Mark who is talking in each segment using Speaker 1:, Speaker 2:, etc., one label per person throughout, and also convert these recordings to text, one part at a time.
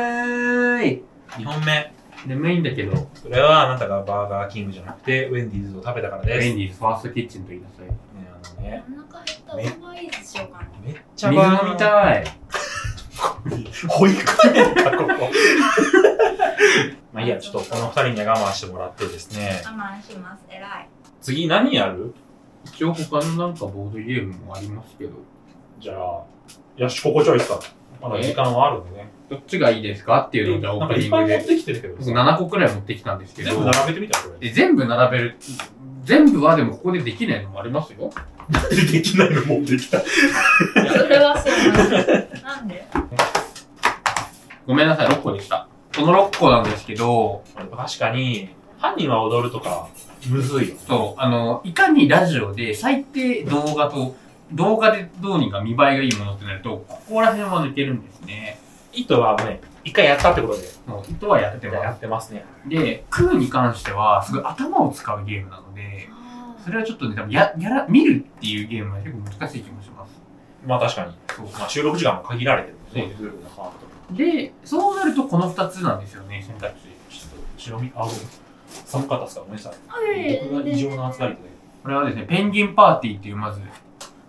Speaker 1: 眠い
Speaker 2: 2本目。
Speaker 1: 眠いんだけど、
Speaker 2: それはあなたがバーガーキングじゃなくて、ウェンディーズを食べたからです。
Speaker 1: 便
Speaker 2: ね
Speaker 1: 利ファーストキッチンと言いなさい。
Speaker 2: あのね、
Speaker 3: お腹減ったらうまいでしょうか
Speaker 2: めっちゃ
Speaker 1: 水
Speaker 2: バ
Speaker 1: 飲み
Speaker 2: ーガー。
Speaker 1: たい。
Speaker 2: 保育園か、ここ。 まあいいや、ちょっとこの二人には我慢してもらってですね。
Speaker 3: 我慢します。えらい。
Speaker 2: 次何やる
Speaker 1: 一応他のなんかボードゲームもありますけど、
Speaker 2: じゃあ、よし、ここチョイスだ。まだ時間はあるんでね。
Speaker 1: どっちがいいですかっていうのがオ
Speaker 2: なん
Speaker 1: ープ
Speaker 2: かい
Speaker 1: ニ
Speaker 2: っ
Speaker 1: ン
Speaker 2: ぱい
Speaker 1: グ
Speaker 2: 持っ
Speaker 1: で。
Speaker 2: てきてるけど
Speaker 1: 僕
Speaker 2: さ。
Speaker 1: 7個くらい持ってきたんですけど、
Speaker 2: 全部並べてみたらこれ。
Speaker 1: え全部並べる、全部はでもここでできないのもありますよ。
Speaker 2: できないの持ってきた。
Speaker 3: それはそうなんなんで
Speaker 1: ごめんなさい、6個でした。この6個なんですけど、
Speaker 2: 確かに、犯人は踊るとか、むずいよ。
Speaker 1: そう、あの、いかにラジオで最低動画と、動画でどうにか見栄えがいいものってなると、ここら辺は抜けるんですね。
Speaker 2: 意図はね、一回やったってことで。
Speaker 1: もう、糸はやって
Speaker 2: や
Speaker 1: ま
Speaker 2: ってますね。
Speaker 1: す。で、空に関しては、すごい頭を使うゲームなので、それはちょっとね、多分や、やら、見るっていうゲームは結構難しい気もします。
Speaker 2: まあ確かに。
Speaker 1: そう
Speaker 2: まあ収録時間も限られてるので、
Speaker 1: そう
Speaker 2: ルールの把握とか。
Speaker 1: で、そうなるとこの2つなんですよね、選択肢。
Speaker 2: ちょっと、白身、あ、ごめん。寒かったっすかごめんなさい。
Speaker 3: はい
Speaker 2: 僕が異常な暑がりで。
Speaker 1: これはですね、ペンギンパーティーっていうまず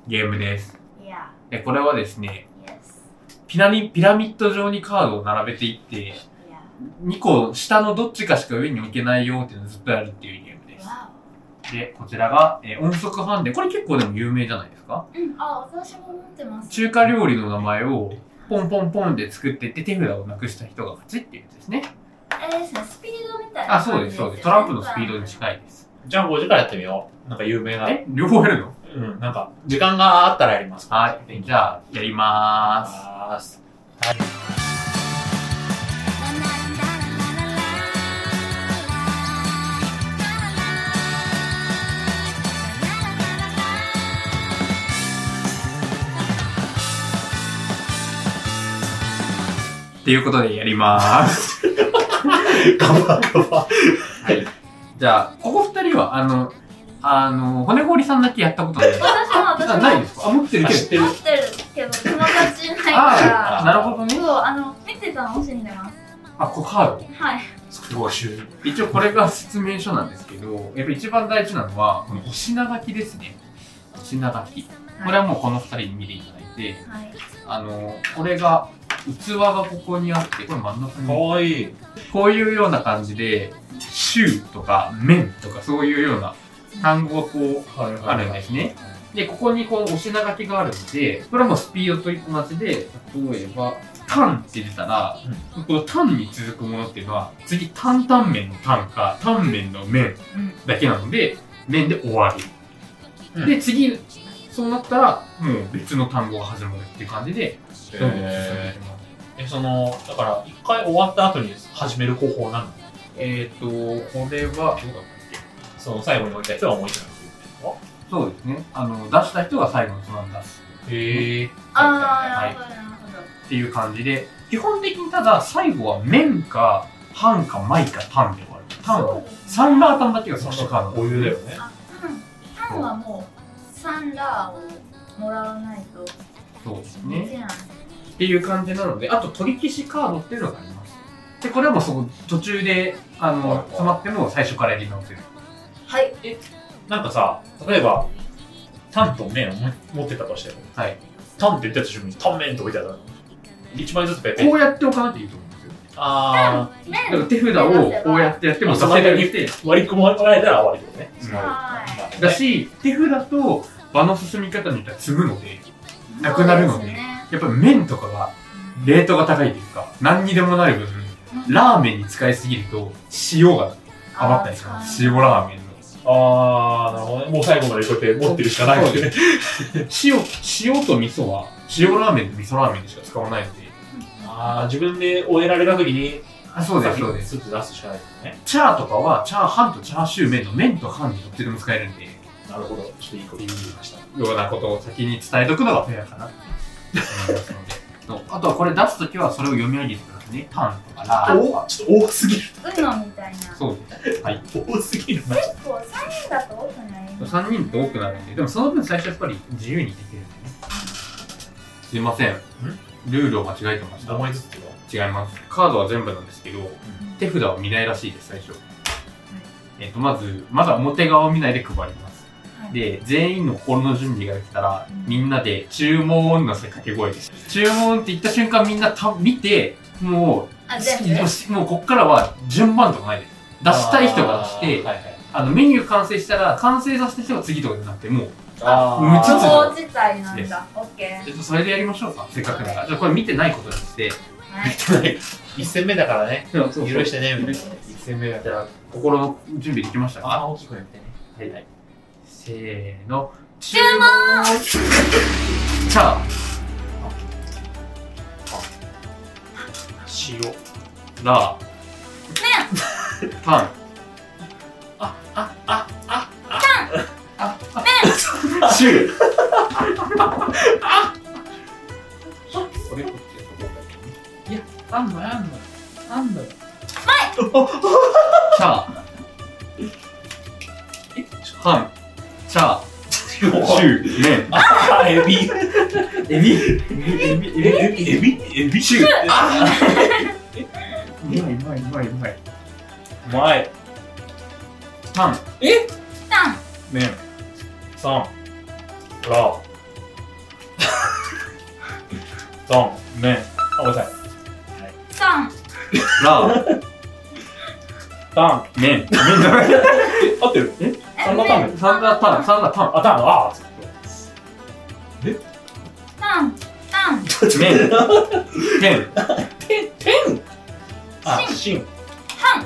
Speaker 1: ゲームです。
Speaker 3: いや、
Speaker 1: で、これはですね、
Speaker 3: イエス。
Speaker 1: ピラミピラミッド状にカードを並べていって、
Speaker 3: いや、
Speaker 1: 2個下のどっちかしか上に置けないよっていうのをずっとやるっていうゲームです。
Speaker 3: わ
Speaker 1: で、こちらが、えー音速ハンデ。これ結構でも有名じゃないですか
Speaker 3: お。うん、あ、私も持ってます。
Speaker 1: 中華料理の名前をポンポンポンで作っていって手札をなくした人が勝ちっていうやつですね。
Speaker 3: あれですね、スピードみたいな
Speaker 1: あ、
Speaker 3: 感じよ
Speaker 1: そ
Speaker 3: ね。
Speaker 1: うです、そうです。トランプのスピードに近いです。
Speaker 2: じゃあ5時からやってみよう。なんか有名な。
Speaker 1: え両方やるの
Speaker 2: うん、なんか、時間があったらやります。
Speaker 1: はい。じゃあ、やりまーす。
Speaker 2: あーす。
Speaker 1: っていうことでやりまーす。
Speaker 2: ガバガバ。
Speaker 1: はい。じゃあ、ここ二人は、あの、あの、骨氷さんだけやったことない。
Speaker 3: 私も私も
Speaker 1: あ、ないですかあ、持ってるけど
Speaker 2: 知。ってる
Speaker 3: 持。ってるけど、友達いない
Speaker 1: あ
Speaker 3: か
Speaker 1: あ、なるほど
Speaker 3: ら。
Speaker 1: ね。
Speaker 3: そう、あの、見てたの死んでます。
Speaker 1: あ、こうカード。
Speaker 3: はい。
Speaker 2: それは終了。
Speaker 1: 一応これが説明書なんですけど、やっぱ一番大事なのは、このお品書きですね。お品書き。これはもうこの二人に見ていただいて、
Speaker 3: はい。
Speaker 1: あの、これが、器がここにあって、これ真ん中
Speaker 2: か
Speaker 1: に。
Speaker 2: わいい。
Speaker 1: こういうような感じで、シューとか麺とかそういうような単語がこう、
Speaker 2: はい
Speaker 1: あるんですね。で、ここにこう、お品書きがあるので、これはもうスピードと同じで、例えば、タンって出たら、このタンに続くものっていうのは、次、担々麺のタンか、タンメンの麺
Speaker 3: うん。
Speaker 1: だけなので、麺で終わり。
Speaker 2: うん
Speaker 1: で、次、そうなったら、もう別の単語が始まるっていう感じで、どんどん進んでいきます。
Speaker 2: え、その、だから、一回終わった後に始める方法なの
Speaker 1: えっ、と、これは、どうだったっけ
Speaker 2: その最後に置いた人は思いつかない
Speaker 1: そうですね。あの、出した人が最後のつまんだす。
Speaker 2: へえ。
Speaker 3: ああ、
Speaker 1: は
Speaker 3: ないるほど、なるほど。
Speaker 1: っていう感じで、基本的にただ最後は麺か、パンか、マイか、タンで終わる。タンは、サンラータンだけがそのカード。
Speaker 2: お湯だよね。
Speaker 3: あ、タン、タンはもう、サンラーをもらわないと、
Speaker 1: そうです
Speaker 3: で
Speaker 1: ね。
Speaker 3: きない。
Speaker 1: っていう感じなので、あと取り消しカードっていうのがあります。で、これはもうそこ、途中で、あの、詰まっても最初からやり直せる。
Speaker 3: はい。
Speaker 2: なんかさ、例えば、タンと麺を持持ってたとしても、
Speaker 1: はい。
Speaker 2: タンって言ってた瞬間にタン麺って置いてある。一枚ずつペペ。
Speaker 1: こうやっておかなきゃいいと思うんですよ。
Speaker 2: あ
Speaker 1: だ
Speaker 3: 麺
Speaker 1: から手札をこうやってやっても、
Speaker 2: あそ
Speaker 1: さ
Speaker 2: の
Speaker 1: せ
Speaker 2: 間
Speaker 1: ら
Speaker 2: に
Speaker 1: れて、
Speaker 2: ー、割り込まれたら終わりだよね。
Speaker 3: は
Speaker 1: だし、手札と場の進み方によっては積むので、
Speaker 3: い。
Speaker 1: なくなるので
Speaker 3: そうですね
Speaker 1: やっぱり麺とかがレートが高いというか、何にでもなる分、ラーメンに使いすぎると、塩が余ったりします。塩ラーメンの。
Speaker 2: あー、なるほどね。もう最後までこうやって持ってるしかないわけね。
Speaker 1: 塩、塩と味噌は、塩ラーメンと味噌ラーメンでしか使わないので。
Speaker 2: あー、自分で終えられた時に、
Speaker 1: あそうです、
Speaker 2: 先
Speaker 1: そう
Speaker 2: に
Speaker 1: です。
Speaker 2: スッと出すしかないですね。
Speaker 1: チャーとかは、チャーハンとチャーシュー麺の麺とハンにどっちでも使えるんで、よ
Speaker 2: なるほど。ちょっといいこと言いました。
Speaker 1: うなことを先に伝えとくのがフェアかなって思いますので。そう あとはこれ出すときはそれを読み上げてくださいね。パンとかラーと
Speaker 2: お
Speaker 1: か。
Speaker 2: ちょっと多すぎる。
Speaker 3: うのみたいな。結
Speaker 1: そうです。
Speaker 2: 多すぎるな。
Speaker 3: 構、三人だと多くない
Speaker 1: 3人って多くなるんで、でもその分最初やっぱり自由にできるんでね。すいません。ルールを間違えてました。
Speaker 2: 名前ずつっていうの
Speaker 1: 違います。カードは全部なんですけど、手札を見ないらしいです、最初。えっ、と、まず、まずは表側を見ないで配ります。
Speaker 3: はい
Speaker 1: で、全員の心の準備ができたら
Speaker 3: うん、
Speaker 1: みんなで注文の掛け声です。注文って言った瞬間みんなた見て、も
Speaker 3: あ
Speaker 1: う、
Speaker 3: 全部
Speaker 1: もうしもうこっからは順番とかないです。出したい人が出して、
Speaker 2: はいはい、
Speaker 1: あの、メニュー完成したら、完成させた人が次とかになって、もう、
Speaker 2: あ
Speaker 1: 無秩序
Speaker 3: 無秩序なんだオッケ
Speaker 1: えっと、それでやりましょうか、せっかくだから。じゃあ、これ見てないことにして、
Speaker 3: ーはい
Speaker 2: 一戦目だからね、
Speaker 1: 許
Speaker 2: 許
Speaker 1: し
Speaker 2: してね、みたいな
Speaker 3: そうそう
Speaker 2: 一戦目だ
Speaker 1: じ
Speaker 2: から。
Speaker 1: ゃあ、心の準備できましたか
Speaker 2: あ、大きくやってね。
Speaker 1: はいはい。せーの。
Speaker 3: 注文
Speaker 1: チャー。
Speaker 2: 塩。
Speaker 1: ラー。パン。あ、あ、あ、あ、あ。あ、あ、麺。シュー。俺こっちやと思ったけどね
Speaker 2: あんのあんのあんの
Speaker 1: チャー。パン。チャー。シュー。麺。
Speaker 2: あ、エビ。エビ。エビ。エビ。エビ。エビ。エビ。
Speaker 1: シューあうまいうまいうまいうまい。
Speaker 2: うまい。
Speaker 1: パン。
Speaker 3: タン
Speaker 1: 麺。
Speaker 2: さん。ラー。さん。麺。あ、ごめんなさい。
Speaker 3: タン
Speaker 1: ラー。
Speaker 2: タン。
Speaker 1: 麺。麺だめ。
Speaker 2: 合ってるえサンダータンメン
Speaker 1: サンダータン。サンダータン。
Speaker 2: あ、タン。あ
Speaker 3: タンタン
Speaker 1: 麺。麺。
Speaker 2: てん。てん。あ、しん。
Speaker 3: タン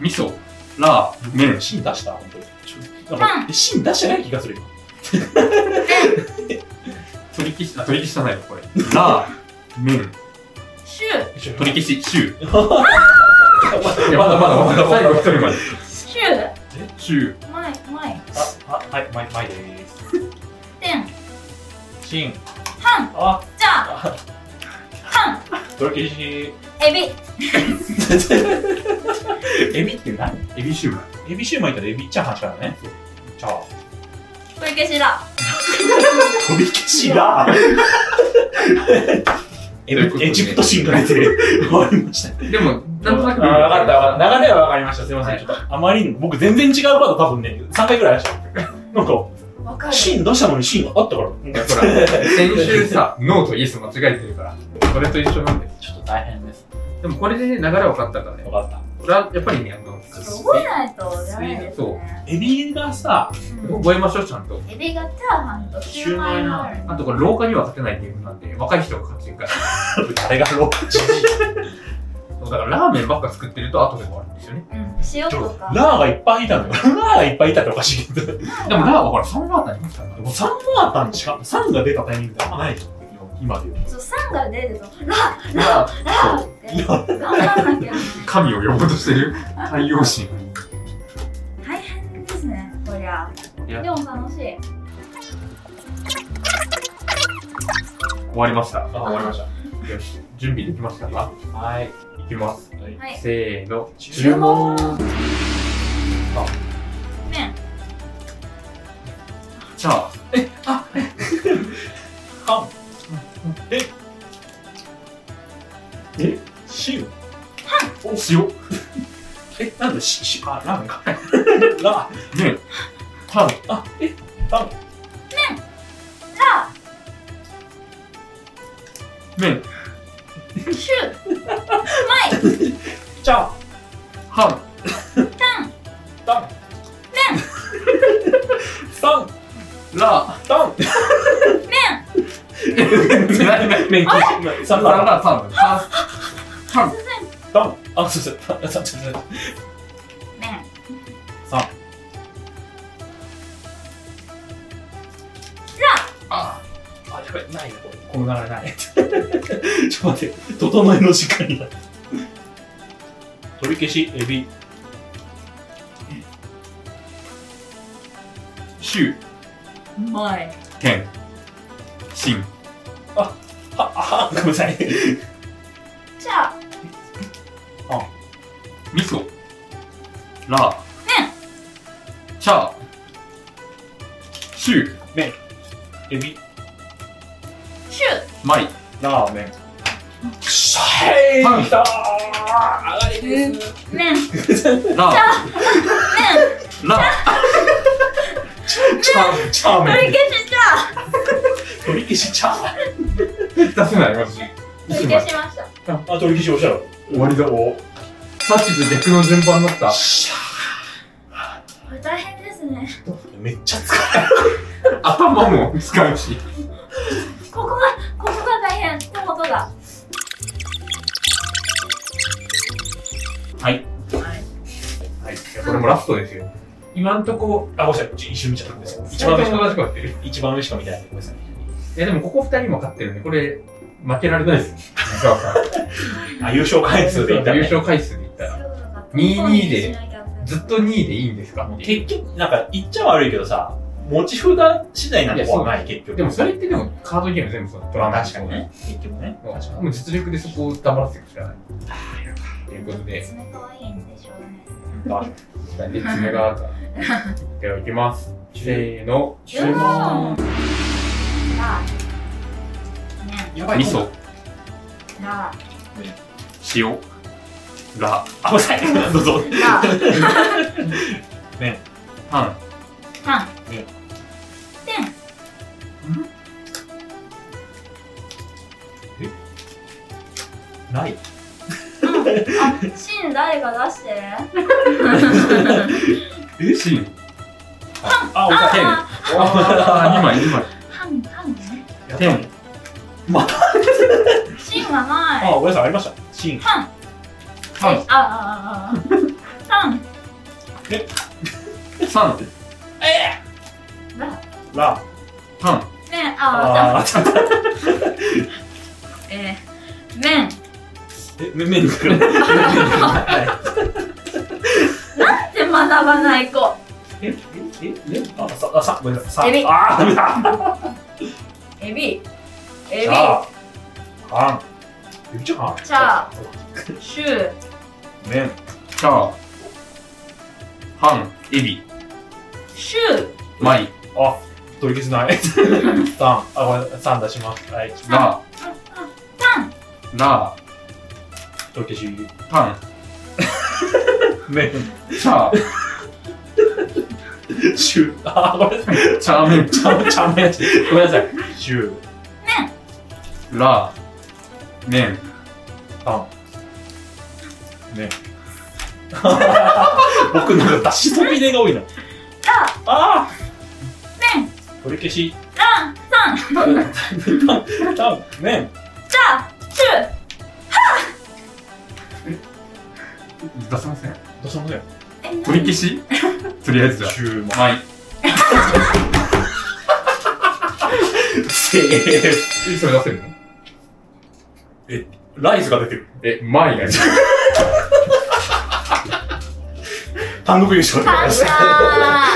Speaker 1: 味噌。ラー。麺。
Speaker 2: しん出した本当に。
Speaker 3: タン
Speaker 2: しん出してない気がするよ。
Speaker 1: 取り消し、あ、取り消しじゃないわ、これ。ラー。麺。
Speaker 3: シュ
Speaker 1: 取り消し、シ ュー。
Speaker 2: い
Speaker 1: いや、まだまだまだ。最後一人まで。
Speaker 3: シュ
Speaker 1: シュー。
Speaker 3: ーマイマイ
Speaker 2: あ、あ、はい、まい、まいでーす。
Speaker 3: テン
Speaker 2: しん。
Speaker 3: タン
Speaker 2: あ、
Speaker 3: じゃあタン
Speaker 2: どれきりし。
Speaker 3: エビ
Speaker 2: エビって何
Speaker 1: エビシューマイ。
Speaker 2: エビシューマイったらエビチャーハンしかないね。チャー。
Speaker 3: これ消しだ
Speaker 2: 飛び消しが。エ
Speaker 1: ということ
Speaker 2: ビ
Speaker 1: で
Speaker 2: エジプト神が出てる。終わりました。
Speaker 1: でも、なんとなく。
Speaker 2: あ分かった分かった。流れは分かりました。すいません。
Speaker 1: はい
Speaker 2: ちょっとあまりにも、僕全然違うカード多分ね、3回ぐらいありました。なんか、
Speaker 3: わか
Speaker 2: シーン出したのにシーンがあったから。
Speaker 1: いや、ほら、先週さ、ノーとイエス間違えてるから、それと一緒なんだよ。
Speaker 2: ちょっと大変です。
Speaker 1: でもこれでね、流れ分かったからね
Speaker 2: 分。かった。
Speaker 1: これはやっぱりね、あの、
Speaker 3: 覚えないとダメですね
Speaker 2: エビがさ、
Speaker 3: うん
Speaker 1: 覚えましょう、ちゃんと。
Speaker 3: エビがチャーハンとシューマイがある
Speaker 1: あとこれ、廊下には勝てないゲームなんで、若い人が勝ちるから。
Speaker 2: 誰がローチ
Speaker 1: だから、ラーメンばっか作ってると後で終わるんですよね。
Speaker 3: うん塩とか
Speaker 2: ラーがいっぱいいたのよ。ラーがいっぱいいたっておかしいけど。で
Speaker 1: でも、ラーはほら、3バーターにましたから
Speaker 2: も3もあったんでしかも3が出たタイミングであんまないじゃん今で言う
Speaker 3: そう酸が出るとラ
Speaker 1: ラー
Speaker 3: ーラーって頑張らなきゃ
Speaker 1: 神を呼ぼうとしてる太陽神。
Speaker 3: 大変ですねこりゃ
Speaker 1: いや
Speaker 3: でも楽しい
Speaker 1: 終わりました。
Speaker 2: と。あ、終わりまし
Speaker 1: よし、準備できましたか
Speaker 2: た。はい。
Speaker 1: いきます。
Speaker 2: はい
Speaker 3: はい
Speaker 1: せーの。
Speaker 2: 注
Speaker 3: 文麺
Speaker 1: チャー。
Speaker 2: あん。え。え、塩。
Speaker 1: お塩。
Speaker 2: え、なんで、し、し、あ、ラーメン か。ラー、
Speaker 1: 麺。タン。
Speaker 2: あ、え、ラーメン。
Speaker 3: ラ
Speaker 1: 麺。
Speaker 3: ーシューマイ
Speaker 2: じゃあ、
Speaker 1: ハン。
Speaker 2: ダン。ダン。
Speaker 1: ラ
Speaker 2: ダン。
Speaker 3: 麺
Speaker 1: ー。何何
Speaker 2: 麺禁止。
Speaker 1: サ
Speaker 2: サ
Speaker 1: ン
Speaker 2: ン
Speaker 1: ダーラー
Speaker 2: ダー。
Speaker 1: タン。タン。タン。
Speaker 2: ダン。あ、そうそう。ダン。ダン。ダン。
Speaker 3: 麺
Speaker 1: あ
Speaker 2: あ、やばい。ないな、これ。この流れない。 ちょっと待って。整えの時間になった。取り消し、エビ。
Speaker 1: シュー。
Speaker 3: マイ
Speaker 1: ケン。シン。
Speaker 2: は、あ、ごめんなさい。
Speaker 3: じゃあ
Speaker 1: 味噌。ラー。チャー。シュー。
Speaker 2: エビ。
Speaker 3: シュー
Speaker 1: マイ。
Speaker 2: ラーメン。しはい
Speaker 1: はい
Speaker 2: 来たー上がりです
Speaker 3: 麺
Speaker 1: ラ
Speaker 3: 麺
Speaker 1: ラ
Speaker 2: チャーチャー
Speaker 3: 取
Speaker 2: メ
Speaker 3: り
Speaker 2: ン
Speaker 3: 消しした
Speaker 2: 取り消しチャー
Speaker 1: 出せない私
Speaker 3: 取り消しました
Speaker 2: あ取り消しおしゃろ
Speaker 1: 終わりだ
Speaker 2: お
Speaker 1: さっきと逆の順番だった
Speaker 2: しゃ
Speaker 3: これ大変ですね
Speaker 2: ーめっちゃ疲れる
Speaker 1: 頭も使うし
Speaker 3: ここがここが大変手元が
Speaker 2: はい
Speaker 3: はい
Speaker 1: はいこれもラストですよ
Speaker 2: 今んとこあごめんなさい一瞬見ちゃったんです一
Speaker 1: 一番最
Speaker 2: 番上し
Speaker 1: 初正し
Speaker 2: か
Speaker 1: くなってる
Speaker 2: 一番上しか見てないごめんなさい
Speaker 1: いやでもここ二人も勝ってるんでこれ負けられないですよ 西川さん
Speaker 2: あ優勝回数でいった
Speaker 1: 優
Speaker 2: ね
Speaker 1: 勝回数で言ったら
Speaker 3: 2-2
Speaker 1: でずっと2位でいいんですかっていう
Speaker 2: 結局なんか言っちゃ悪いけどさ持ち札次第なとこはない結局
Speaker 1: でもそれってでもカードゲーム全部そうだド
Speaker 2: ま
Speaker 1: ラ
Speaker 2: あ
Speaker 1: マ
Speaker 2: 確かにね結局ね
Speaker 1: も
Speaker 2: 確か
Speaker 1: う
Speaker 2: に
Speaker 1: もう実力でそこを黙らせていくしかないということで
Speaker 3: 爪可愛いんでしょうね
Speaker 1: で爪があるからではいきますせーの
Speaker 3: 注文ラ麺
Speaker 2: やばい
Speaker 1: 味噌
Speaker 3: ラ
Speaker 1: 塩ラ
Speaker 2: あごめんなさいどうぞ
Speaker 3: ラ
Speaker 1: パン
Speaker 3: パン
Speaker 2: ね
Speaker 3: 天
Speaker 2: ない
Speaker 3: あ、シン誰か出して。
Speaker 1: え芯
Speaker 2: あおか
Speaker 1: 天
Speaker 3: あ
Speaker 1: ああ2枚2枚
Speaker 3: ハン、ハンね。
Speaker 1: 天
Speaker 3: シンがない。
Speaker 2: あごめんなさいありましたシン
Speaker 3: ハン。
Speaker 1: パン
Speaker 3: えあ、あ、あ、あ。ハン。
Speaker 1: 三
Speaker 3: ラ。
Speaker 2: ラ
Speaker 1: パン
Speaker 3: 麺、
Speaker 2: あ
Speaker 3: あ、あ、
Speaker 2: あちょっと
Speaker 3: えー、麺。
Speaker 2: えめ麺に来 るはい
Speaker 3: なんて学ばない子。
Speaker 2: ええええあさあさごめんなさ
Speaker 3: エ
Speaker 2: い
Speaker 3: ビ
Speaker 2: さあーダメだ
Speaker 3: エビ。エビ
Speaker 2: じ。ゃああんエビちゃん
Speaker 3: じゃあシュー。
Speaker 2: 麺
Speaker 1: チャーハンエビ
Speaker 3: シュ
Speaker 1: マイ
Speaker 2: あ取り消せない 三あごめんなさい三出しますはい
Speaker 1: ラ
Speaker 3: タン。
Speaker 1: ラ
Speaker 2: 取り消し
Speaker 1: パン
Speaker 2: 麺
Speaker 1: チャー
Speaker 2: シュあごめんなさい
Speaker 1: チャーメン
Speaker 2: ちゃんちゃん麺ごめんなさいシュ
Speaker 1: ラ麺
Speaker 2: パン。ね。 僕なんか出し飛び出が多いな。
Speaker 3: ラ。
Speaker 2: あ
Speaker 3: 麺。
Speaker 2: あ取り消し。
Speaker 3: ラン。タン。
Speaker 2: タン、タン、麺。
Speaker 3: じゃあ、シュー。
Speaker 1: 出せません
Speaker 2: どうしたもんね。
Speaker 3: え、何
Speaker 1: 取り消 しとりあえずだ
Speaker 2: シューマ
Speaker 1: マイ
Speaker 2: イ。セーフ。
Speaker 1: えそれ出せるの
Speaker 2: ライスが出てる。
Speaker 1: えマイがじゃ
Speaker 2: 単独優勝でござい
Speaker 3: パ
Speaker 2: ま
Speaker 3: ン
Speaker 2: す。
Speaker 3: ダ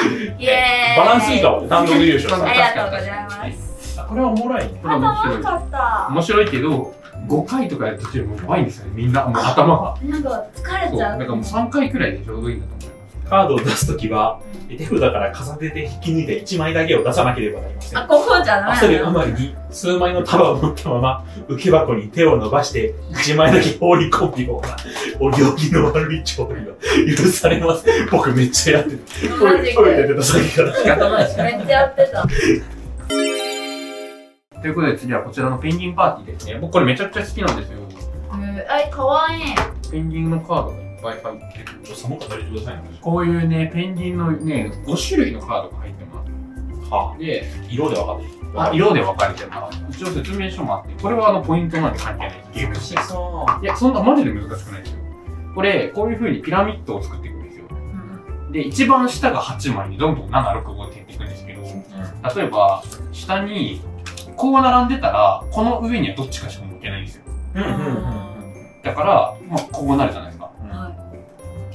Speaker 3: ー。イエーイ。
Speaker 2: バランスいいかもね、単独優勝
Speaker 1: 単独
Speaker 2: し
Speaker 3: ありがとうございます。
Speaker 2: た。あこれはおもろいね。
Speaker 1: これ面白い
Speaker 3: かった。
Speaker 1: 面白いけど5回とかやる途中もうやばいんですよねみんなもう頭が
Speaker 3: なんか疲
Speaker 1: そ
Speaker 3: れ
Speaker 1: う
Speaker 3: ち
Speaker 1: な
Speaker 3: ゃ
Speaker 1: ん
Speaker 3: う。
Speaker 1: かもう3回くらいでちょうどいいんだと思います
Speaker 2: カードを出すときは、手札から重ねて引き抜いて1枚だけを出さなければなりません
Speaker 3: あ、。ここじゃない。
Speaker 2: 焦るあまりに数枚の束を持ったまま受け箱に手を伸ばして1枚だけ放り込むようなお行儀の悪い調理が許されます僕めっちゃやってるト
Speaker 3: マ
Speaker 2: イレ
Speaker 3: ジで
Speaker 2: トイレ出た先から
Speaker 1: 仕方ないです
Speaker 3: めっちゃやってた。
Speaker 1: ということで次はこちらのペンギンパーティーですね僕これめちゃくちゃ好きなんですよ
Speaker 3: え、かわいい。
Speaker 1: ペンギンのカードがいっぱい入ってる
Speaker 2: 寒かったりくださいね
Speaker 1: こういうねペンギンのね5種類のカードが入ってます
Speaker 2: は
Speaker 1: で
Speaker 2: あ色で分かって
Speaker 1: あ色で分かれてます一応説明書もあってこれはあのポイントなんで関係ないです
Speaker 2: そ
Speaker 1: いや、そんなマジで難しくないですよ。これ、こういう風にピラミッドを作っていくんですよ。で、一番下が8枚にどんどん7、6、5ってやっていくんですけど、例えば、下に、こう並んでたら、この上にはどっちかしか置けないんですよ。
Speaker 2: うんうんうん
Speaker 1: だから、まあ、こうなるじゃないですか。
Speaker 2: うん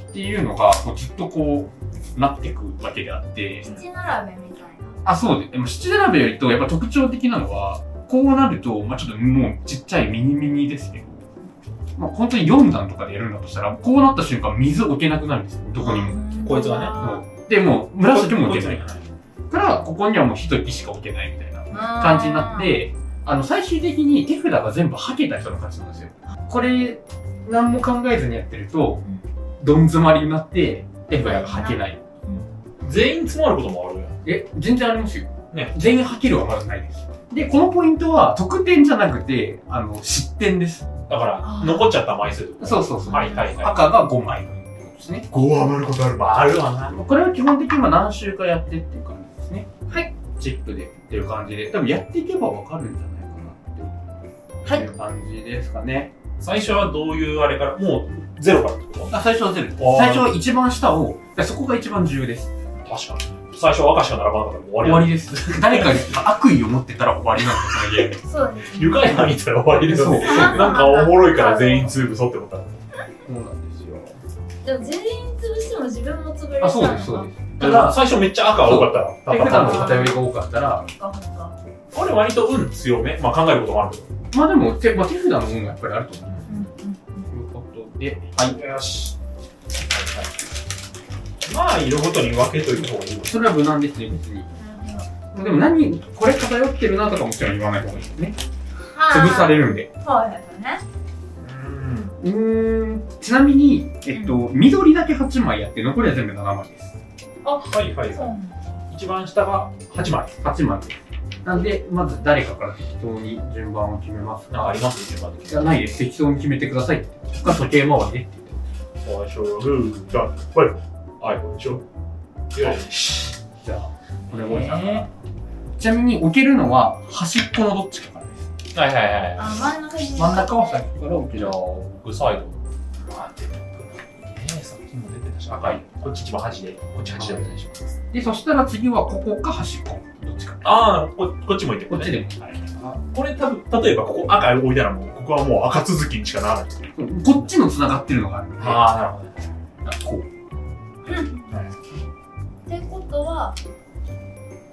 Speaker 1: っていうのが、こうずっとこう、なっていくわけであって、
Speaker 3: 七並べみたい
Speaker 1: あ、そうです。でも、七並べよりと、やっぱ特徴的なのは、こうなると、まあ、ちょっともうちっちゃいミニミニですけど、まあ、本当に4段とかでやるんだとしたら、こうなった瞬間、水置けなくなるんですよ、どこにも。
Speaker 3: な。
Speaker 2: こいつはね
Speaker 1: も
Speaker 3: ね。
Speaker 1: うで、もう紫も置けない
Speaker 2: こっち
Speaker 1: から、ここにはもう一人しか置けないみたいな
Speaker 3: 感
Speaker 1: 感じになっ。て、あの、最終的に手札が全部はけた人の勝ちなんですよ。これ、何も考えずにやってると、どん詰まりになって、手札がはけない。
Speaker 2: 全員詰まることもあるやん。
Speaker 1: え、全然ありますよ。
Speaker 2: ね。
Speaker 1: 全員はけるはまずないです。で、このポイントは、得点じゃなくて、あの、失点です。
Speaker 2: だから、残っちゃった枚数。
Speaker 1: そうそうそう。
Speaker 2: はいはいは
Speaker 1: 赤が5枚のことですね。
Speaker 2: い。5余ることある。あるわな。
Speaker 1: これは基本的には何週かやってっていう感じですね。
Speaker 3: はい。
Speaker 1: チップでっていう感じで、多分やっていけばわかるんじゃないかなっていう感じですかね。
Speaker 2: 最初はどういうあれから、もうゼロからってこと
Speaker 1: あ最初はゼロです
Speaker 2: あー
Speaker 1: 最初は一番下を、だからそこが一番重要です。
Speaker 2: 確かに。最初は赤しか並ばなかったらもう終
Speaker 1: 終
Speaker 2: わ
Speaker 1: わ
Speaker 2: り
Speaker 1: りです。 誰かに悪意を持ってたら終わりなんです、そのゲーム。
Speaker 3: そうですね。
Speaker 2: だ。床に見たら終わりですよね。
Speaker 1: そう
Speaker 2: なんかおもろいから全員潰そうって思った。
Speaker 1: そうなんですよ。
Speaker 3: でも全員潰しても自分も潰れちゃうのか。
Speaker 1: あ、そうです、そうです。た
Speaker 2: ただ、
Speaker 1: だ、
Speaker 2: 最初めっちゃ赤多かったら、
Speaker 1: 手札
Speaker 2: パパ
Speaker 1: の
Speaker 2: パ
Speaker 1: 偏りが多かったら、
Speaker 3: そっかそっか
Speaker 2: パ俺割と運強め。まあ考えることもあるけど。
Speaker 1: まあでも手、まあ、手札の運がやっぱりあると思う。
Speaker 3: うんうん
Speaker 1: ということで、はい。
Speaker 2: よし。まあ、色ごとに分けといた方がいいわ。
Speaker 1: それは無難ですね、別に。
Speaker 3: なるほ
Speaker 1: でも何、これ偏ってるなとかもちろん言わない方がいいですね。
Speaker 3: どはい
Speaker 1: 潰されるんで。
Speaker 3: そうですよね。
Speaker 2: うん。
Speaker 1: うーん。ちなみに、えっと、緑だけ8枚やって、残りは全部7枚です。
Speaker 2: はいはい
Speaker 3: そ
Speaker 2: は
Speaker 3: うなんです
Speaker 2: い。一番下が8枚。
Speaker 1: 8枚です。なんで、まず誰かから適当に順番を決めます
Speaker 2: なんか
Speaker 1: が
Speaker 2: あります順番的
Speaker 1: いや、ないです。適当に決めてくださいって。そっから時計回りでって
Speaker 2: 最初はグーが、はい。はい、こんにちは。よし。
Speaker 1: 言って。じゃあ、お願いします。ちなみに置けるのは端っこのどっちかからです。
Speaker 2: はいはいはい。
Speaker 3: あ真ん中に。
Speaker 1: 真ん中を先から置け
Speaker 2: じ
Speaker 1: る
Speaker 2: ゃあ、。僕サイド。あ、でも、ね、さっきも出てたし、赤い。こっち一番端で、こっち端でお願いします。
Speaker 1: で、そしたら次はここか端っこ。どっちか。
Speaker 2: ああ、ここっちもいて、
Speaker 1: こっちでも。
Speaker 2: はい。あこれ多分、例えばここ赤置いたらもう、ここはもう赤続きにしかならないですね。
Speaker 1: こっちの繋がってるのがあるので、
Speaker 2: ああ、なるほど。
Speaker 1: こう。
Speaker 3: ってことは、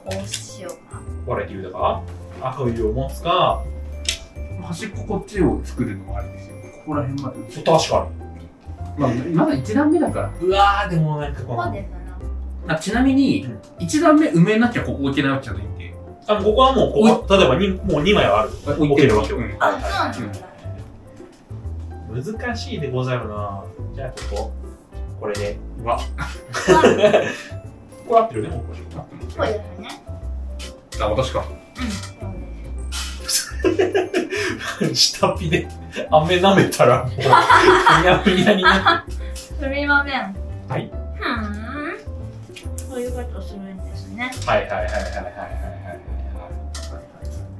Speaker 3: こうしようかな。
Speaker 2: これ理由だから、赤いを持つか、
Speaker 1: 端っここっちを作るのもあれですよ。ここら辺まで。
Speaker 2: そう確か
Speaker 1: まあ、まだ1段目だから。
Speaker 2: に。うわー、でもなんかこ
Speaker 3: こう
Speaker 2: の、
Speaker 3: ですよね。
Speaker 1: あちなみに
Speaker 2: うん、
Speaker 1: 1段目埋めなきゃここ置けないわけじゃないんで。
Speaker 2: あここはもう、ここ、例えばにもう2枚はある。
Speaker 1: 置
Speaker 2: いてるわけよ
Speaker 1: うん
Speaker 3: あ、そうなんだ。
Speaker 2: 難しいでござるなじゃあここ、これで。
Speaker 1: うわ、
Speaker 2: これ合ってるね、もうこれ。
Speaker 3: そうですよね。
Speaker 1: あ、私か。
Speaker 3: そうです。
Speaker 2: 下っぴで飴舐めたらもう、ふにゃふにゃになって。
Speaker 3: すみません。
Speaker 2: はい。
Speaker 3: ふーん。そういうことをするんですね。
Speaker 2: はいはいはいはいはいはいはい。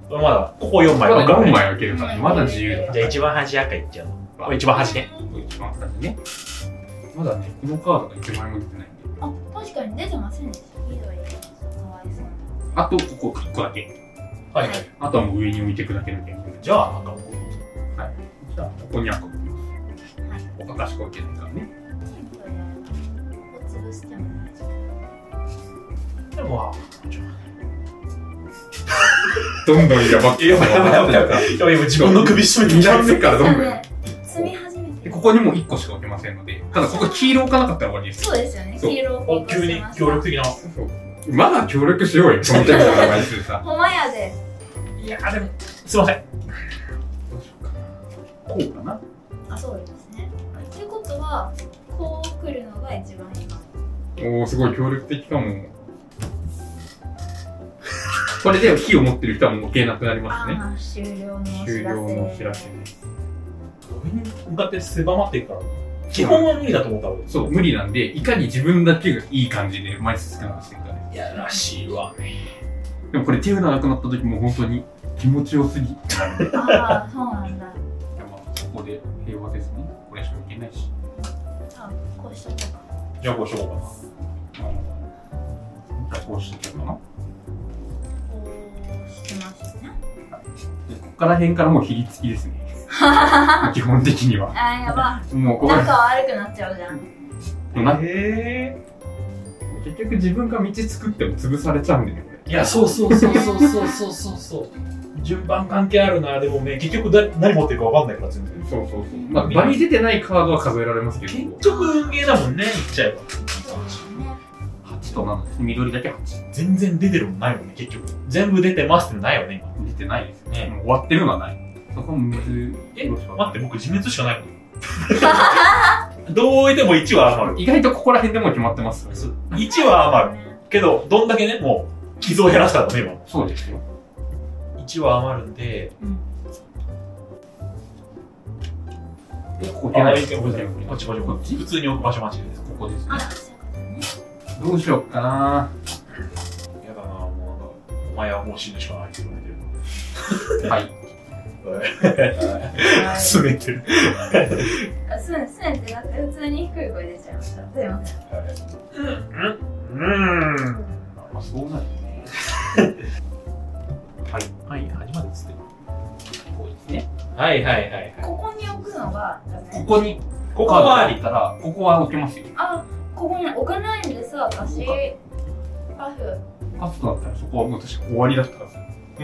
Speaker 2: これまだ、ここ4
Speaker 1: ま
Speaker 2: 枚
Speaker 1: だ
Speaker 2: 分か
Speaker 1: 4枚
Speaker 2: る。
Speaker 1: 開けるから、まだ自由だ。
Speaker 2: じゃあ一番端赤いっちゃうの。一番端ね。
Speaker 1: 一番端ね。まだね、このカードが1枚も出てないんで。
Speaker 3: あ、確かに出てませんでした。緑。かわいそう
Speaker 1: あと、ここ1個だけ。
Speaker 2: はい
Speaker 3: い
Speaker 2: は
Speaker 3: はいい。
Speaker 1: あとはもう上に置いていくだけのゲームで。
Speaker 2: じゃあ、なんかもう、
Speaker 1: じゃあ、ここに運びます。おかかしこ置けないからね。
Speaker 3: な。シンプルだよな。こう潰しても大丈夫。
Speaker 2: でも、
Speaker 1: どんどんやばっ
Speaker 2: いやばいやばいやばいやばいやばい、今自分の首絞めて
Speaker 1: 2段目からどんどん。
Speaker 3: ね、積み始めて
Speaker 1: で
Speaker 3: る
Speaker 1: こ。こにも1個しか置けませんので、ただここ黄色置かなかったら終わりです。
Speaker 3: そうですよね。
Speaker 1: そう
Speaker 3: 黄色を
Speaker 2: お、
Speaker 3: こう
Speaker 2: 急に協力的な。
Speaker 1: まだ協力しようよ、その手の枚数 さ。
Speaker 3: ほんまやで。
Speaker 2: いやーでも、すいません。
Speaker 1: どうしようかな。こうかな。
Speaker 3: あ、そうですね。ということは、こう来るのが一番今。
Speaker 1: おお、すごい協力的かも。これで火を持ってる人はもう消えなくなりますね。
Speaker 3: ああ、終了のお知らせ。
Speaker 1: 終了のお知らせです。
Speaker 2: 上に向かって狭まっていくから、基本は無理だと思った俺。
Speaker 1: そう、無理なんで、いかに自分だけがいい感じで枚数少なくしていくかね。
Speaker 2: いやらしいわね。
Speaker 1: でもこれ手札なくなった時も本当に気持ちよすぎってなるんで。
Speaker 3: ああ、そうなんだ。
Speaker 1: いやまあここで平和ですね。これしかいけないし。
Speaker 3: あ、こうしとこうか。
Speaker 2: じゃあ、こうしようかな。
Speaker 1: まあ一回こうしていこうかな。
Speaker 3: こうしますね。
Speaker 1: でここから辺からもう比率き ですね。基本的には。
Speaker 3: あー、やば。
Speaker 1: もうここ
Speaker 3: 仲悪くなっちゃうじゃん。
Speaker 1: もうな
Speaker 2: へ
Speaker 1: 結局自分が道作っても潰されちゃうんだよね。
Speaker 2: え。いや、そうそうそうそうそうそうそうそう。順番関係あるな、でもね、結局だ何持ってるか分かんないから、全然。
Speaker 1: そうそうそう。まあ、場に出てないカードは数えられますけど、
Speaker 2: 結局、運ゲーだもんね、言っちゃえば。
Speaker 3: そうですね。
Speaker 1: 8と7です。緑だけ8。
Speaker 2: 全然出てるもんないもんね、結局。全部出てますってないよね、今。
Speaker 1: 出出てないですよね。
Speaker 2: ね
Speaker 1: もう終わってるのはない。そこもむ
Speaker 2: え、
Speaker 1: どう
Speaker 2: 待
Speaker 1: しよう
Speaker 2: って、僕自滅しかないのどう置いても1は余る。
Speaker 1: 意外とここら辺でもう決まってます。
Speaker 2: 1は余る。けど、どんだけね、もう、傷を減らしたからね、
Speaker 1: そうですよ。
Speaker 2: 今。1は余るんで、
Speaker 1: えここ
Speaker 2: あ
Speaker 1: 出ない
Speaker 2: いけ
Speaker 1: こ
Speaker 2: こ
Speaker 1: こ
Speaker 2: っ
Speaker 1: 出
Speaker 2: ち
Speaker 1: ない
Speaker 2: こっちこ
Speaker 1: こっ
Speaker 2: っち。
Speaker 1: ち
Speaker 2: 普通に置く場所間違いです。
Speaker 1: ここですね
Speaker 3: あ。そういうことね
Speaker 1: どうしよっかな
Speaker 2: やだなもうなんか、お前はもう死ぬしかないって言われ
Speaker 1: はい。
Speaker 2: てる。 拗めてる。
Speaker 3: あすんすんってなって普通に低い声出ちゃいましたすいません
Speaker 2: うん。うん。
Speaker 1: まあ、そうなるね。はい。
Speaker 2: はい、始まるっつって。
Speaker 1: こうですね。
Speaker 2: はいはいはい。
Speaker 3: ここに置くのがダ
Speaker 1: こ
Speaker 3: メ
Speaker 1: こに、
Speaker 2: ここ
Speaker 1: カードが
Speaker 2: はあ
Speaker 1: 入
Speaker 2: り。
Speaker 1: ったら、ここは置けますよ。
Speaker 3: あここに置かないんです私パフ
Speaker 1: カットだったら、そこはもう確か終わりだったから。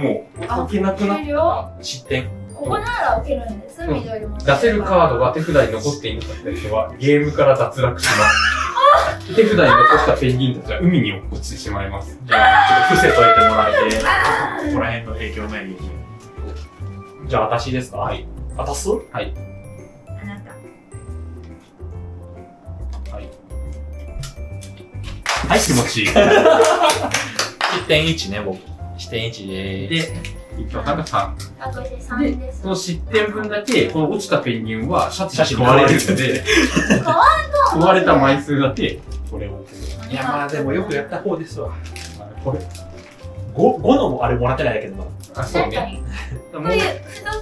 Speaker 1: もう、
Speaker 3: あ
Speaker 1: 置けなくなっ
Speaker 3: 終了
Speaker 2: 失点。
Speaker 3: ここなら置けるんです
Speaker 1: ん
Speaker 3: 緑も
Speaker 1: 出せるカードが手札に残っていなかった人は、ゲームから脱落します。 手札に残したペンギンたちは海に落っこちてしまいます。
Speaker 2: じゃあ、ちょっと伏せといてもらえて、ここら辺の影響ないように。じゃあ、私ですかはい。私す
Speaker 3: あなた
Speaker 1: はい、気持ちいい。
Speaker 2: 1.1ね、僕。1.1で
Speaker 1: で、一応、なんかさ、
Speaker 3: あと私三です
Speaker 1: その失点分だけ、この落ちたペンギンはシャチに食われるので、食われた枚数だけ、これをこ
Speaker 2: いや、まあでもよくやった方ですわ。
Speaker 1: う。あこれ
Speaker 2: 5, 5のあれもらってないだけどな。
Speaker 1: あ、そう
Speaker 3: 確
Speaker 1: ね
Speaker 3: か。
Speaker 1: も
Speaker 3: にこ
Speaker 1: う
Speaker 3: ういう2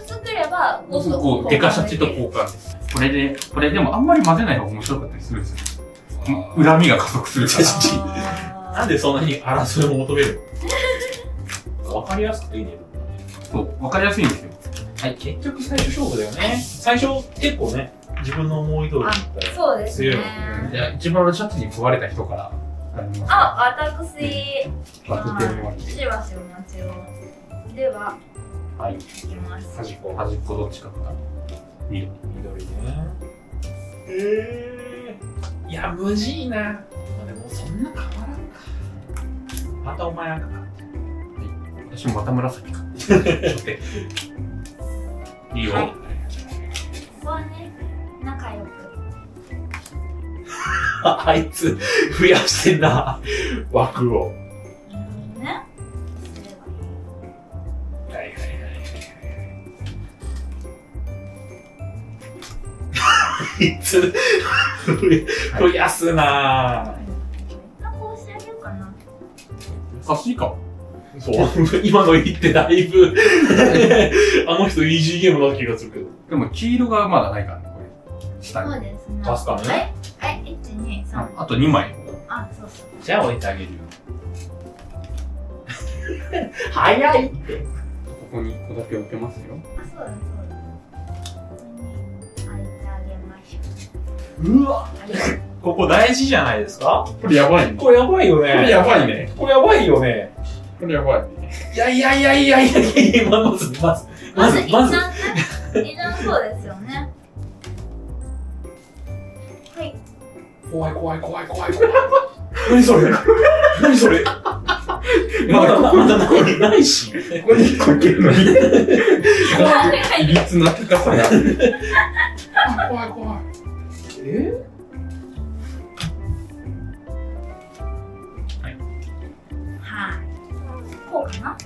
Speaker 3: つくれば
Speaker 1: もう
Speaker 3: 5
Speaker 1: す
Speaker 3: と
Speaker 1: ぐこう、デカシャチと交換です。これで、これでもあんまり混ぜない方が面白かったりするんですよ。う恨みが加速するか
Speaker 2: 確 かな
Speaker 3: あ
Speaker 2: んでそんなに争いを求めるのわかりやすくていいね。
Speaker 1: ら。そう、わかりやすいんですよ。
Speaker 2: はい、結局最初勝負だよね。最初結構ね、自分の思い通りだった
Speaker 3: ー
Speaker 2: ら。
Speaker 3: そうです
Speaker 2: 強い
Speaker 3: ね
Speaker 1: じゃあ、一番シャチに食われた人から、あります。
Speaker 3: あ私
Speaker 1: 当ててもらって。
Speaker 3: しばしお待ちをでは
Speaker 1: はい。
Speaker 3: いきます
Speaker 2: 端っこ。
Speaker 1: 端っこどっちかか。緑。
Speaker 2: 緑ね。えー、いや、無事いな。まあ、でもそんな変わらんか。またお前赤か。
Speaker 1: 私もまた紫か。いいよ。
Speaker 3: はいここはね仲良く
Speaker 2: ああいつ、増やしてんな。枠を。
Speaker 3: うんねすればい
Speaker 2: はい
Speaker 3: い
Speaker 2: はいはい。いつ、増やすな
Speaker 3: あこうしてあげようかな
Speaker 1: 優しいか。
Speaker 2: そう、今の言ってだい ぶ、あの人イージーゲームな気がするけど。
Speaker 1: でも、黄色がまだないからね、これ。下に。
Speaker 3: そうですね
Speaker 2: 確かにね
Speaker 3: はいはい一二
Speaker 1: あ
Speaker 3: 三
Speaker 1: あと2枚。
Speaker 3: あそうそう
Speaker 2: じゃあ置いてあげるよ。 早い
Speaker 1: ここに1個だけ置けますよ。
Speaker 3: あそうだそうだここにあいてあげましょ
Speaker 2: うわここ大事じゃないですか
Speaker 1: これやばいね。
Speaker 2: これやばいよね。
Speaker 1: これやばいね。
Speaker 2: これやばいよね。
Speaker 1: これやばいね。
Speaker 2: いやいやいやいやいやいや、まず、まず、
Speaker 3: う
Speaker 2: まず、
Speaker 3: 一
Speaker 2: ま
Speaker 3: 段
Speaker 2: ず、
Speaker 3: ね一段そうですよねはい
Speaker 2: 怖い怖い怖い怖い怖い。何それ何それま
Speaker 1: まだ
Speaker 2: だ、まだない、ないし。
Speaker 1: ここに1個置けるのに。
Speaker 3: はい
Speaker 1: いびつな高さが。
Speaker 2: 怖い怖い。え
Speaker 3: こうかな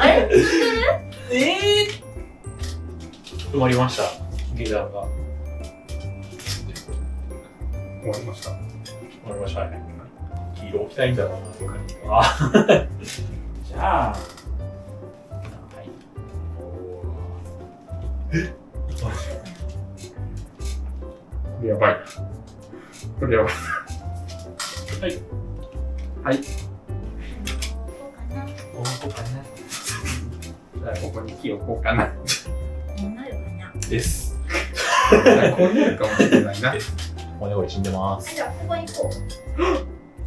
Speaker 3: あれ
Speaker 2: え止まりました。下段が。
Speaker 1: 終わりました。
Speaker 2: わかりましたね。黄色置きたいんだろうな、って感じが。じゃあ。はい。
Speaker 1: これやばい。これやばい。
Speaker 3: こうかな
Speaker 2: おこかな。
Speaker 1: じゃあここに木置こうかな。
Speaker 3: こうなるかな
Speaker 2: です。
Speaker 1: じゃあこうなるかもしれないな。
Speaker 2: 骨折れ死んでます。
Speaker 3: じゃあここにこ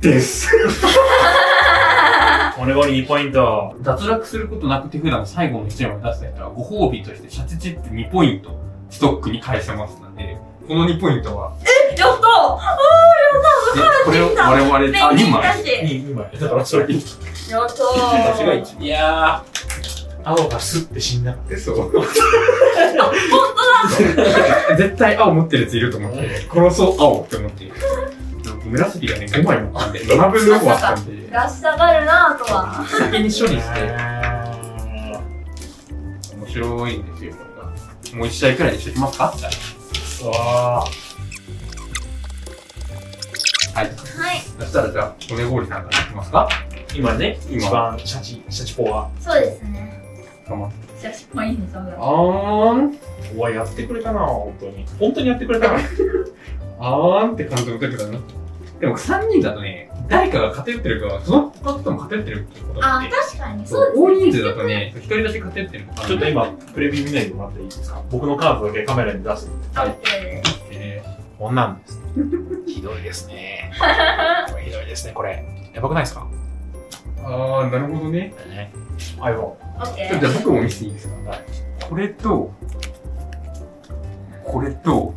Speaker 3: う
Speaker 1: です。
Speaker 2: 骨折り2ポイント。
Speaker 1: 脱落することなく手札の最後の1枚を出した人はご褒美としてシャチチップ2ポイントストックに返せますので、この2ポイントは
Speaker 3: やったーあーや
Speaker 1: で、これを我々、あ、
Speaker 3: ペ
Speaker 1: 2
Speaker 3: ンギンだ
Speaker 1: 枚。
Speaker 3: し。
Speaker 2: 2枚。だからそれで引き
Speaker 3: やった
Speaker 1: たちが
Speaker 3: ー。
Speaker 1: 一
Speaker 2: いやー、青がスッて死んだか
Speaker 1: そう。
Speaker 3: 本
Speaker 1: 絶対青持ってるやついると思って、殺そう青って思って。なんか紫がね、5枚もあって、7分の5あったんで
Speaker 3: 当、だ。出したがるなぁとは。
Speaker 1: 先に処
Speaker 2: ら。
Speaker 1: 理して、面白いんですよ、これがもう1試合くらいにしときますか
Speaker 2: そう。は
Speaker 1: はい。
Speaker 3: はい。
Speaker 1: そしたらじゃあ、骨氷さんからいきますか
Speaker 2: い今ね、
Speaker 1: 今
Speaker 2: 一番シャチ、シャチポは、
Speaker 3: そうですね。
Speaker 1: 頑張って。
Speaker 3: 写真もいいんですよ。
Speaker 1: あーん、
Speaker 2: おわ、やってくれたな、本当に。本当にやってくれたな。
Speaker 1: あーんって感じの時だな。でも3人だとね、誰かが偏ってるか、その他の人も偏ってるってことがあっ
Speaker 3: あ
Speaker 1: て、、
Speaker 3: 確かに。そ
Speaker 1: そう
Speaker 3: う
Speaker 1: 大人数だとね、一人だけ偏ってるのかな
Speaker 2: ちょっと今、プレビュー見ないでもらっていいですか僕のカードだけカメラに出す。
Speaker 3: です。OK です。
Speaker 1: え
Speaker 2: こんなん です。ひどいですね。これひどいですね、これ。やばくないですか
Speaker 1: ーあー、なるほどね。
Speaker 2: ね。あ、よ。
Speaker 1: じゃ
Speaker 3: OK。
Speaker 1: あ僕も見せていいですか
Speaker 2: はい
Speaker 1: これと、これと、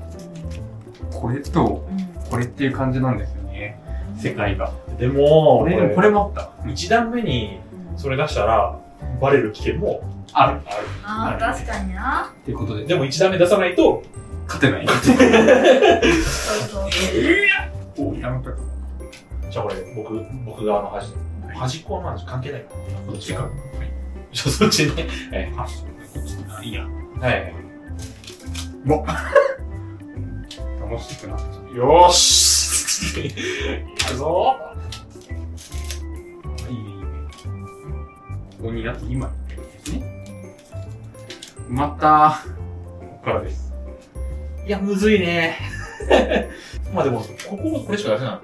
Speaker 1: これと、これっていう感じなんですよね。世界が。
Speaker 2: でも、
Speaker 1: これ、これもあっ
Speaker 2: 1段目にそれ出したら、バレる危険も
Speaker 1: た。ある。
Speaker 2: ある。
Speaker 3: あー、確かにな。
Speaker 1: っていうことで、
Speaker 2: でも1段目出さないと、
Speaker 1: 勝てない。
Speaker 3: そうそう。
Speaker 1: おやめたか。
Speaker 2: じゃあこれ、僕、僕側の端で。端っこはまだ関係ないか
Speaker 1: こっちか。はい。
Speaker 2: ら。ちょ、そっちね。え
Speaker 1: あ、こっちあ、いいや。
Speaker 2: はい。
Speaker 1: 楽しくなってき
Speaker 2: よーしやるぞ
Speaker 1: た。いいね、いいね。ここにあと2枚ですね。埋まったー。ここからです。
Speaker 2: いや、むずいね。 まあでも、ここ、これしか出せない。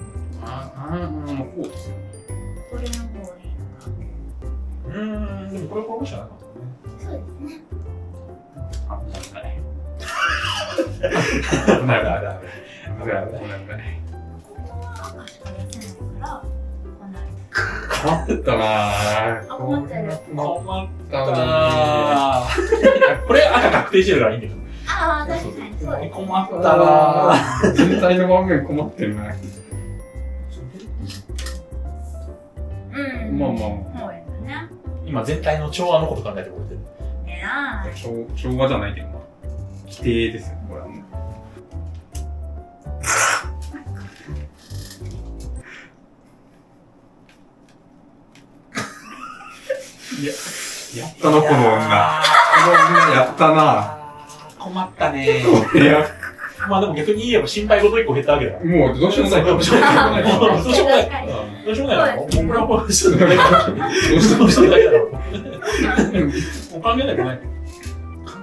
Speaker 1: あー、あー、もうこうですね。
Speaker 3: これの方がいい。
Speaker 2: うーん、でもこれこれしかない
Speaker 3: そうですね。
Speaker 1: あ、なんかね。
Speaker 2: な。
Speaker 1: なる
Speaker 2: だだ。
Speaker 1: ほど。なんかね。なんかね。
Speaker 3: ここは赤しか出せないから、こうなる。
Speaker 1: 困ったなー。
Speaker 3: あ困ってる
Speaker 1: 困っ
Speaker 2: 困った
Speaker 1: なー。
Speaker 2: たー。 これ赤確定してるからいいんだけど。
Speaker 3: あー、確かに。そうです。
Speaker 2: 困ったなー。
Speaker 1: あー全体の盤面困ってるな。
Speaker 3: うん。
Speaker 1: まあまあま
Speaker 3: そうですね。
Speaker 2: 今全体の調和のこと考えてくれてる。
Speaker 3: えら
Speaker 1: あ。
Speaker 3: い。
Speaker 1: 昭昭和じゃないけど、まあ、規定ですよね、これはもう。や、やったな、この女。この女やったな。
Speaker 2: 困ったね
Speaker 1: いや、
Speaker 2: まあでも逆に言えば心配事一個減ったわけだから。
Speaker 1: もうどうしようもない。
Speaker 2: どうしようもない
Speaker 1: ど
Speaker 2: どうしようもない。
Speaker 3: い。
Speaker 2: どうしようもない
Speaker 3: そ
Speaker 2: も
Speaker 3: う
Speaker 2: う
Speaker 3: です
Speaker 2: こ
Speaker 3: ね
Speaker 2: れはもうしてるだけだから。も
Speaker 1: うしよう
Speaker 2: う
Speaker 1: も
Speaker 2: してるだけ
Speaker 1: ない。
Speaker 2: だから。もう考えないとない。考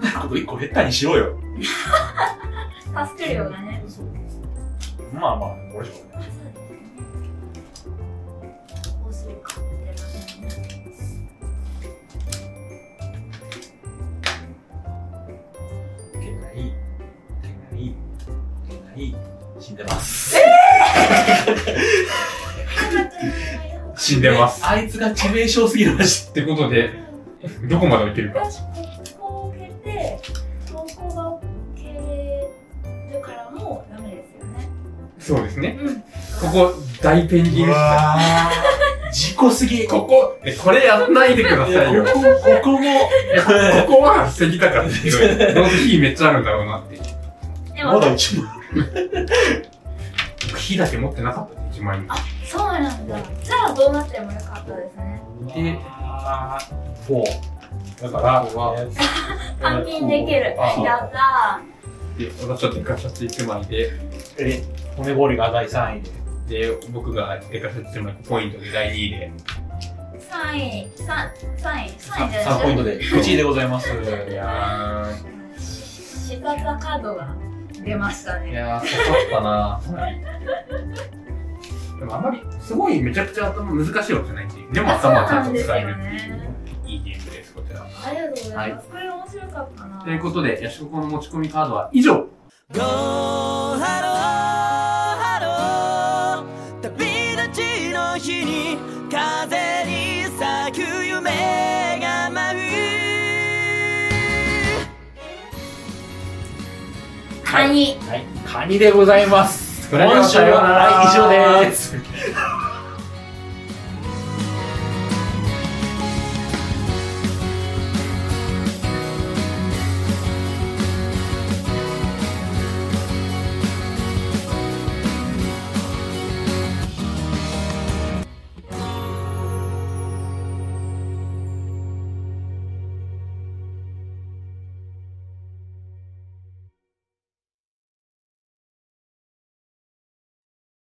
Speaker 2: えること一個減ったにしようよ。
Speaker 3: 助けるようがね。
Speaker 2: まあまあ、これしかない。
Speaker 3: こうするかってなってね
Speaker 2: いけない。いけない。いけない。死んでます。
Speaker 1: 死んでます。
Speaker 2: あいつが致命傷すぎる話。
Speaker 1: ってことで、どこまでいけるか。
Speaker 3: 私こう受けて、投稿が受けるからもダメですよね。
Speaker 1: そうですね。
Speaker 3: うん。
Speaker 1: ここ、大ペンギン。
Speaker 2: わー。事故すぎ。
Speaker 1: ここ、え、これやんないでくだ
Speaker 2: い
Speaker 1: さい
Speaker 2: や
Speaker 1: よ。
Speaker 2: ここ、こ こも。
Speaker 1: ここは防ぎたかったけど、どうせ火めっちゃあるんだろうなって。
Speaker 3: で
Speaker 2: ま
Speaker 3: も、
Speaker 2: だ一枚。
Speaker 1: 火だけ持ってなかったね、1万円。
Speaker 3: そうなんだ。じゃあどうなってもよかったですね。
Speaker 1: で
Speaker 2: フォー。だから、
Speaker 1: ここは
Speaker 2: えー
Speaker 3: 換金できる。
Speaker 1: あ
Speaker 3: やった
Speaker 1: で、私はデカシャチ1枚で、
Speaker 2: え骨氷が第3位で。
Speaker 1: で、僕がデカシャチ1枚ポイントで第2位で。
Speaker 3: ー。三位、三三位、三位じゃ
Speaker 2: 3
Speaker 3: な
Speaker 2: ポイン
Speaker 3: い
Speaker 2: トで1位でございます。
Speaker 1: いや
Speaker 3: 四角カードが出ました
Speaker 1: ー、い
Speaker 3: ね。
Speaker 1: やー、刺さったな でもあんまり、すごいめちゃくちゃ頭難しいわけじゃないし、でも頭はちゃんと使えるっていう、いいゲームです、こちら。
Speaker 3: ありがとうございます。これ面白かったな。
Speaker 1: ということで、ヤシココの持ち込みカードは以上
Speaker 4: Go, hello, hello 旅立ちの日に風に咲く夢が舞う
Speaker 3: カニ。
Speaker 2: はい、カニでございます。
Speaker 1: それでは
Speaker 2: 今週
Speaker 1: さようなら
Speaker 2: は、はい、以上です。